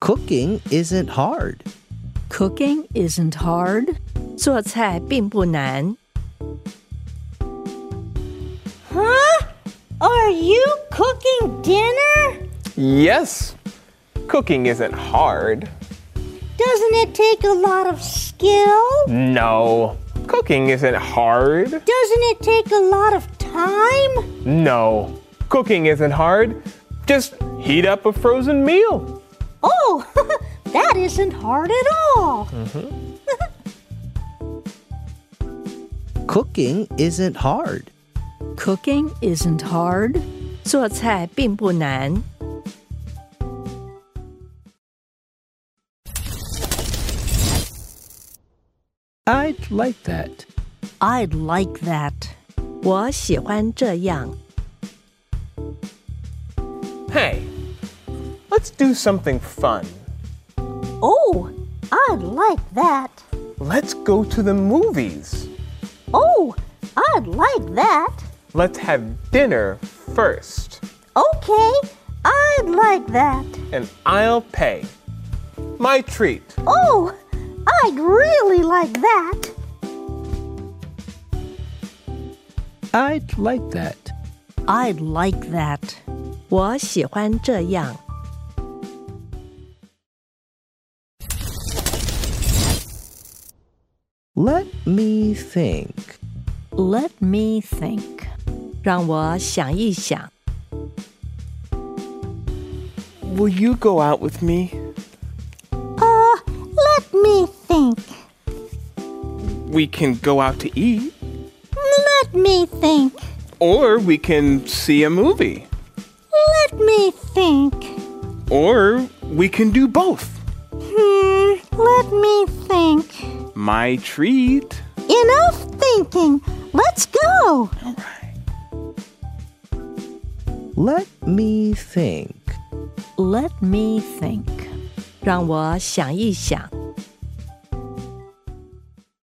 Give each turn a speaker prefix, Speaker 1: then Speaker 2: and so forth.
Speaker 1: cooking isn't hard.
Speaker 2: Cooking isn't hard.
Speaker 3: 做菜并不难。
Speaker 4: Huh? Are you cooking dinner?
Speaker 5: Yes, cooking isn't hard.
Speaker 4: Doesn't it take a lot of skill?
Speaker 5: No, cooking isn't hard.
Speaker 4: Doesn't it take a lot of time?
Speaker 5: No, cooking isn't hard. Just heat up a frozen meal.
Speaker 4: Oh, that isn't hard at all.
Speaker 1: Cooking isn't hard.
Speaker 2: Cooking isn't hard.
Speaker 3: 做菜并不难。
Speaker 1: I'd like that.
Speaker 2: I'd like that.
Speaker 3: 我喜欢这样。
Speaker 5: Hey, let's do something fun.
Speaker 4: Oh, I'd like that.
Speaker 5: Let's go to the movies.
Speaker 4: Oh, I'd like that.
Speaker 5: Let's have dinner first,
Speaker 4: Okay, I'd like that.
Speaker 5: and I'll pay. My treat.
Speaker 4: Oh, I'd really like that.
Speaker 1: I'd like that.
Speaker 2: I'd like that.
Speaker 3: 我喜欢这样。
Speaker 1: Let me think.
Speaker 2: Let me think.
Speaker 3: 让我想一想。
Speaker 5: Will you go out with me?
Speaker 4: Uh, let me think.
Speaker 5: We can go out to eat,
Speaker 4: Let me think.
Speaker 5: or we can see a movie,
Speaker 4: Let me think.
Speaker 5: or we can do both.
Speaker 4: Hmm, let me think.
Speaker 5: My treat.
Speaker 4: Enough thinking. Let's go.
Speaker 1: Let me think.
Speaker 2: Let me think.
Speaker 3: 让我想一想。